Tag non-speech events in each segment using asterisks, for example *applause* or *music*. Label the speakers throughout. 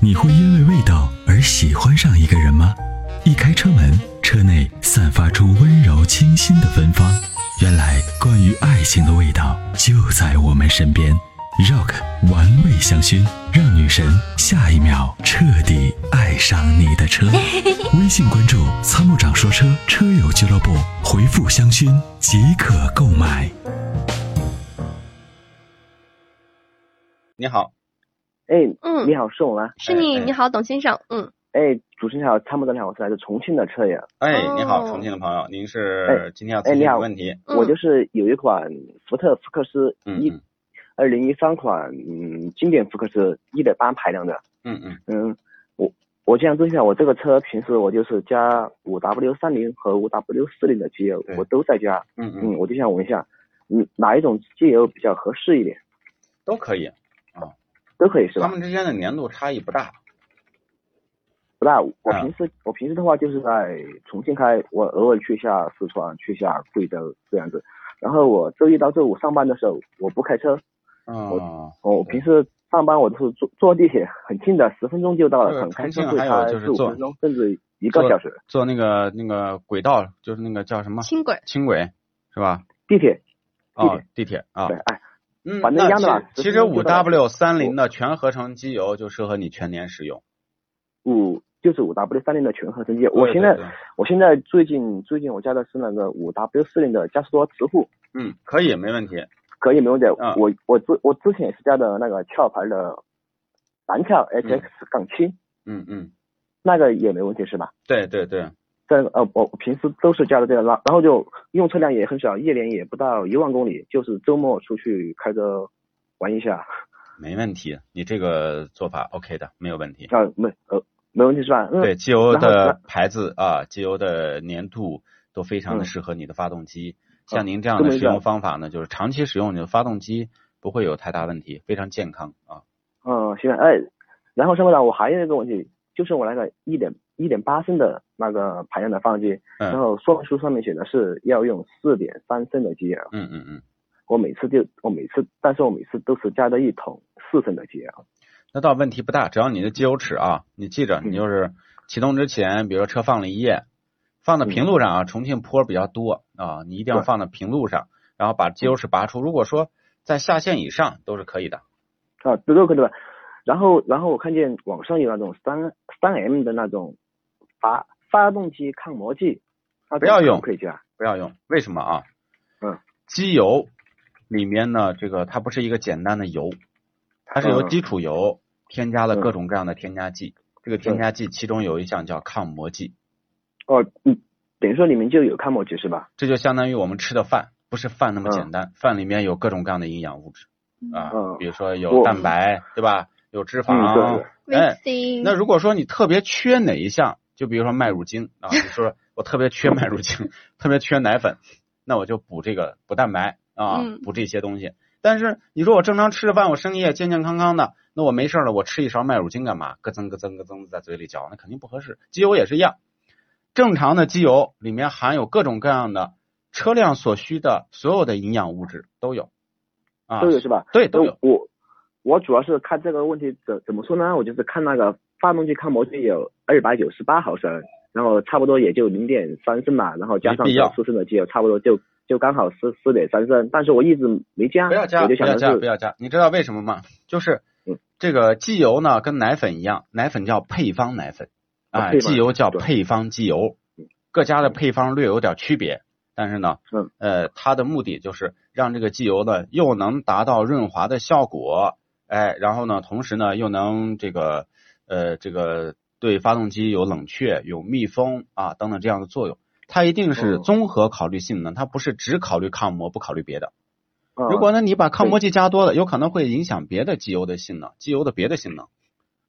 Speaker 1: 你会因为味道而喜欢上一个人吗？一开车门，车内散发出温柔清新的芬芳。原来，关于爱情的味道就在我们身边。Rock 玩味香薰，让女神下一秒彻底爱上你的车。微信关注“参谋长说车”车友俱乐部，回复“香薰”即可购买。
Speaker 2: 你好，
Speaker 3: 哎，
Speaker 4: 嗯
Speaker 3: 你好，宋兰。
Speaker 4: 是你，
Speaker 2: 哎哎
Speaker 4: 你好，董先生，嗯，
Speaker 3: 哎，主持人好，参谋长你好，我是来自重庆的车友。
Speaker 2: 哎，
Speaker 4: 哦
Speaker 2: 你好，重庆的朋友，您是今天要咨询
Speaker 3: 哎你
Speaker 2: 的
Speaker 3: 好
Speaker 2: 问题？
Speaker 4: 嗯
Speaker 3: 我就是有一款福特福克斯
Speaker 2: 嗯
Speaker 3: 一
Speaker 2: 嗯
Speaker 3: 二零一三款，嗯，经典福克斯一点八排量的。
Speaker 2: 嗯嗯
Speaker 3: 嗯，我我这样问一下，我这个车平时我就是加五 W 三零和五 W 四零的机油
Speaker 2: 对，
Speaker 3: 我都在加。
Speaker 2: 嗯嗯，
Speaker 3: 嗯，我就想问一下，嗯，哪一种机油比较合适一点？
Speaker 2: 都可以，
Speaker 3: 都可以是
Speaker 2: 它
Speaker 3: 吧？
Speaker 2: 们之间的粘度差异不大。
Speaker 3: 不大，我
Speaker 2: 嗯
Speaker 3: 平时、我平时的话就是在重庆开，我偶尔去一下四川，去一下贵州这样子。然后我周一到周五上班的时候，我不开车，
Speaker 2: 嗯，
Speaker 3: 我平时上班我都是坐坐地铁，很近的，十分钟就到
Speaker 2: 对
Speaker 3: 了，很开
Speaker 2: 呃重庆
Speaker 3: 车会
Speaker 2: 还有
Speaker 3: 开
Speaker 2: 就是
Speaker 3: 十五
Speaker 2: 坐
Speaker 3: 分钟，甚至一个小时。
Speaker 2: 坐那个那个轨道，就是那个叫什么
Speaker 4: 轻轨，
Speaker 2: 轻轨是吧？
Speaker 3: 地铁，
Speaker 2: 哦，地铁啊
Speaker 3: 对，，哎，
Speaker 2: 嗯，
Speaker 3: 反正
Speaker 2: 那
Speaker 3: 一样的吧
Speaker 2: 其其
Speaker 3: 10分
Speaker 2: 实
Speaker 3: 钟
Speaker 2: 五
Speaker 3: 就到
Speaker 2: W 三零的全合成机油就适合你全年使用。
Speaker 3: 五就是五 W 三零的全合成机油。
Speaker 2: 对
Speaker 3: 我现在
Speaker 2: 对对
Speaker 3: 我现在最近最近我加的是那个五 W 四零的加速多磁护，
Speaker 2: 嗯，可以，没问题。
Speaker 3: 可以没问题。
Speaker 2: 嗯
Speaker 3: 我我之我之前也是加的那个壳牌的蓝壳 HX 杠七。
Speaker 2: 嗯嗯，
Speaker 3: 那个也没问题是吧？
Speaker 2: 对对对，
Speaker 3: 这个呃，我我平时都是加的这个，然然后就用车辆也很少，一年也不到一万公里，就是周末出去开车玩一下，
Speaker 2: 没问题，你这个做法 OK 的，没有问题。
Speaker 3: 啊、没呃没问题是吧？嗯，
Speaker 2: 对，机油
Speaker 3: 然后
Speaker 2: 的
Speaker 3: 呢
Speaker 2: 牌子啊，机油的粘度都非常的
Speaker 3: 嗯
Speaker 2: 适合你的发动机。
Speaker 3: 好
Speaker 2: 像您这样
Speaker 3: 这
Speaker 2: 的
Speaker 3: 么
Speaker 2: 使
Speaker 3: 一个
Speaker 2: 用方法呢，就是长期使用，你的发动机不会有太大问题，非常健康啊。
Speaker 3: 嗯、行了，哎，然后参谋长，我还有一个问题，就是我那个一点一点八升的那个排量的发动机，
Speaker 2: 嗯
Speaker 3: 然后说明书上面写的是要用四点三升的机啊油，
Speaker 2: 嗯嗯嗯。
Speaker 3: 我每次就我每次，但是我每次都是加的一桶四升的机啊油，
Speaker 2: 那倒问题不大，只要你的机油尺啊，你记着，
Speaker 3: 嗯
Speaker 2: 你就是启动之前，比如说车放了一夜，放到平路上啊，重庆坡比较多啊，你一定要
Speaker 3: 嗯对嗯
Speaker 2: 放到平路上，然后把机油尺拔出。如果说在下限以上都是可以的。
Speaker 3: 啊，都都可以吧。然后，然后我看见网上有那种三三 M 的那种发发动机抗磨剂，那
Speaker 2: 不要用
Speaker 3: 种可以加。
Speaker 2: 不要用，为什么啊？
Speaker 3: 嗯，
Speaker 2: 机油里面呢，这个它不是一个简单的油，它是由
Speaker 3: 嗯
Speaker 2: 基础油添加了
Speaker 3: 嗯
Speaker 2: 各种各样的添加剂。这个添加剂其中有一项叫抗磨剂，
Speaker 3: 哦，嗯，等于说里面就有抗磨剂是吧？
Speaker 2: 这就相当于我们吃的饭，不是饭那么
Speaker 3: 嗯
Speaker 2: 简单，饭里面有各种各样的营养物质啊，
Speaker 3: 嗯
Speaker 2: 比如说有蛋白，对吧？有脂肪，
Speaker 3: 嗯
Speaker 4: 微
Speaker 2: 哎，
Speaker 4: 信，
Speaker 2: 那如果说你特别缺哪一项，就比如说麦乳精啊，你说我特别缺麦乳精， *laughs* 特别缺奶粉，那我就补这个补蛋白啊，
Speaker 4: 嗯
Speaker 2: 补这些东西。但是你说我正常吃着饭，我生意也健健康康的，那我没事儿了，我吃一勺麦乳精干嘛？咯噔咯噔咯噔地在嘴里嚼，那肯定不合适。机油也是一样，正常的机油里面含有各种各样的车辆所需的所有的营养物质都有啊，
Speaker 3: 都有是吧？
Speaker 2: 对都有。
Speaker 3: 我我主要是看这个问题怎怎么说呢？我就是看那个发动机抗磨剂有二百九十八毫升，然后差不多也就零点三升吧，然后加上
Speaker 2: 没必要
Speaker 3: 四升的机油，差不多就就刚好四四点三升，但是我一直没加，
Speaker 2: 不要加，
Speaker 3: 我
Speaker 2: 不
Speaker 3: 就想
Speaker 2: 要
Speaker 3: 的
Speaker 2: 加，
Speaker 3: 是
Speaker 2: 不要加。你知道为什么吗？就是
Speaker 3: 嗯
Speaker 2: 这个机油呢，跟奶粉一样，奶粉叫配方奶粉
Speaker 3: 啊
Speaker 2: 啊，
Speaker 3: 配方
Speaker 2: 机油叫
Speaker 3: 对
Speaker 2: 配方机油，各家的配方略有点区别，但是呢
Speaker 3: 嗯，
Speaker 2: 呃，它的目的就是让这个机油呢，又能达到润滑的效果，哎，然后呢，同时呢，又能这个呃这个对发动机有冷却、有密封啊等等这样的作用。它一定是
Speaker 3: 嗯
Speaker 2: 综合考虑性能，它不是只考虑抗磨不考虑别的。
Speaker 3: 嗯
Speaker 2: 如果呢，你把抗磨剂加多了，有可能会影响别的机油的性能，机油的别的性能，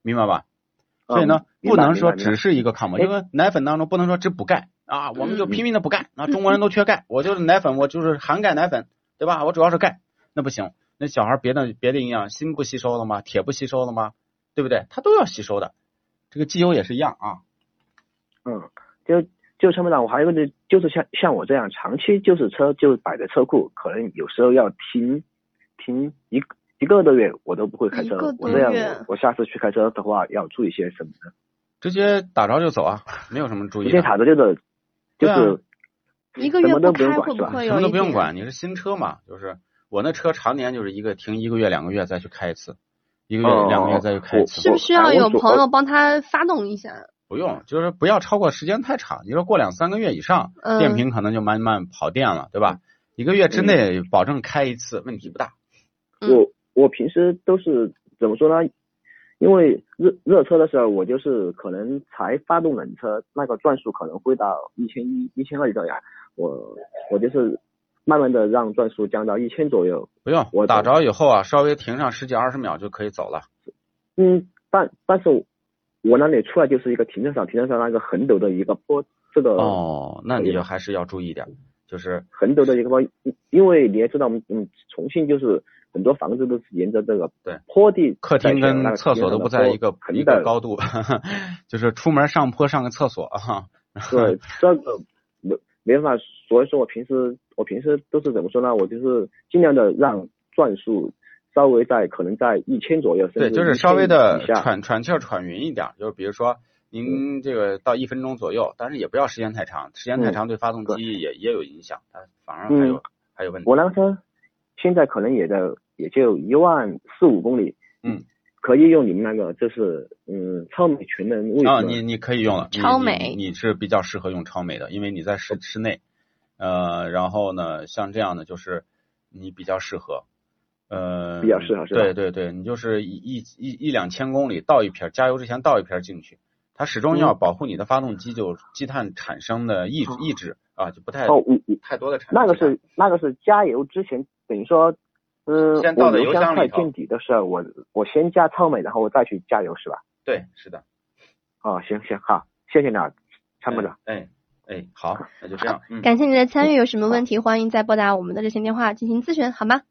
Speaker 2: 明白吧？所以呢，
Speaker 3: 嗯
Speaker 2: 不能说
Speaker 3: 明白明白
Speaker 2: 只是一个抗磨，
Speaker 3: 哎嗯
Speaker 2: 因为奶粉当中不能说只补钙啊，我们就拼命的补钙啊，中国人都缺
Speaker 3: *laughs*
Speaker 2: 钙，我就是奶粉，我就是含钙奶粉，对吧？我主要是钙，那不行，那小孩别的别的营养，锌不吸收了吗？铁不吸收了吗？对不对？它都要吸收的，这个机油也是一样啊。
Speaker 3: 嗯，就就参谋长，我还有一个就就是像像我这样长期就是车就摆在车库，可能有时候要停停一一个多月我都不会开车
Speaker 4: 一个，多
Speaker 3: 我这样
Speaker 4: 月
Speaker 3: 我我下次去开车的话要注意些什么呢？
Speaker 2: 直接打着就走啊，没有什么注意
Speaker 3: 直
Speaker 2: 的
Speaker 3: 接，卡着就走，就
Speaker 2: 对啊
Speaker 3: 是
Speaker 4: 一个
Speaker 3: 什
Speaker 4: 月
Speaker 3: 么都
Speaker 4: 不
Speaker 3: 不用
Speaker 4: 开
Speaker 3: 管
Speaker 4: 会
Speaker 3: 是
Speaker 4: 不
Speaker 3: 吧？
Speaker 2: 什
Speaker 4: 会有
Speaker 2: 么
Speaker 4: 一
Speaker 2: 都不用
Speaker 4: 点
Speaker 2: 管，你是新车嘛，就是我那车常年就是一个停一个月、两个月再去开一次，一个月、
Speaker 3: 哦
Speaker 2: 两个月再去开一次，
Speaker 4: 是不
Speaker 3: 我
Speaker 4: 是
Speaker 3: 哎
Speaker 4: 要
Speaker 3: 我
Speaker 4: 有
Speaker 3: 主
Speaker 4: 朋
Speaker 3: 我
Speaker 4: 友帮他发动一下？
Speaker 2: 不用，就是不要超过时间太长，你说过两三个月以上，
Speaker 4: 嗯
Speaker 2: 电瓶可能就慢慢跑电了，对吧？一个月之内保证开一次，问题不大。
Speaker 4: 嗯
Speaker 3: 我我平时都是怎么说呢？因为热热车的时候，我就是可能才发动冷车，那个转速可能会到一千一、一千二这样。我我就是慢慢的让转速降到一千左右。
Speaker 2: 不用，
Speaker 3: 我懂
Speaker 2: 打着以后啊，稍微停上十几二十秒就可以走了。
Speaker 3: 嗯，但但是我那里出来就是一个停车场，停车场那个横陡的一个坡，这个
Speaker 2: 哦，那你就还是要注意
Speaker 3: 嗯
Speaker 2: 点，就是
Speaker 3: 横陡的一个坡，因因为你也知道，我们嗯，重庆就是很多房子都是沿着这个
Speaker 2: 对
Speaker 3: 坡地
Speaker 2: 客
Speaker 3: 在
Speaker 2: 厅
Speaker 3: 选那
Speaker 2: 跟
Speaker 3: 个
Speaker 2: 厕
Speaker 3: 停车
Speaker 2: 所都
Speaker 3: 场
Speaker 2: 不
Speaker 3: 的
Speaker 2: 在
Speaker 3: 坡
Speaker 2: 一个
Speaker 3: 很
Speaker 2: 一个
Speaker 3: 陡
Speaker 2: 高度， *laughs* 就是出门上坡上个厕所啊。 *laughs*
Speaker 3: 对，这个没没办法，所以说我平时我平时都是怎么说呢？我就是尽量的让转速稍微在可能在一千左右，甚
Speaker 2: 对，
Speaker 3: 至
Speaker 2: 就是稍微的
Speaker 3: 1000以下。
Speaker 2: 喘喘气儿喘匀一点儿，就是比如说您这个到一分钟左右，但是也不要时间太长，时间太
Speaker 3: 嗯
Speaker 2: 长对发动
Speaker 3: 对
Speaker 2: 机也也有影响，它反而还有
Speaker 3: 嗯
Speaker 2: 还有问题。
Speaker 3: 我那个车现在可能也在也就一万四五公里，
Speaker 2: 嗯，
Speaker 3: 可以用你们那个就是嗯超美全能卫士
Speaker 2: 啊，
Speaker 3: 吗，
Speaker 2: 你你可以用了，你
Speaker 4: 超
Speaker 2: 你
Speaker 4: 美
Speaker 2: 你是比较适合用超美的，因为你在室室内，呃，然后呢，像这样的就是你比较适合，呃，
Speaker 3: 比较适合是吧
Speaker 2: 对对对，你就是一一一一两千公里倒一瓶儿，加油之前倒一瓶儿进去，它始终
Speaker 3: 嗯
Speaker 2: 要保护你的发动机就积碳产生的抑
Speaker 3: 哦
Speaker 2: 抑制啊，就不太
Speaker 3: 哦，我我
Speaker 2: 太多的产生
Speaker 3: 那个
Speaker 2: 积碳
Speaker 3: 是那个是加油之前等于说。嗯，
Speaker 2: 先倒
Speaker 3: 我
Speaker 2: 到
Speaker 3: 油
Speaker 2: 油箱
Speaker 3: 箱
Speaker 2: 里
Speaker 3: 快
Speaker 2: 头
Speaker 3: 见底的时候，我我先加超美，然后我再去加油，是吧？
Speaker 2: 对是的，
Speaker 3: 哦，行行好，谢谢你啊，参谋长。
Speaker 2: 哎哎哎好，那就这样，嗯，
Speaker 4: 感谢你的参与，有什么问题欢迎再拨打我们的热线电话进行咨询，好吗？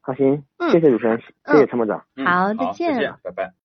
Speaker 3: 好，行
Speaker 4: 嗯，
Speaker 3: 谢谢主持人，谢谢参谋长。
Speaker 2: 嗯
Speaker 4: 好再
Speaker 2: 好，再
Speaker 4: 见
Speaker 2: 见，拜拜。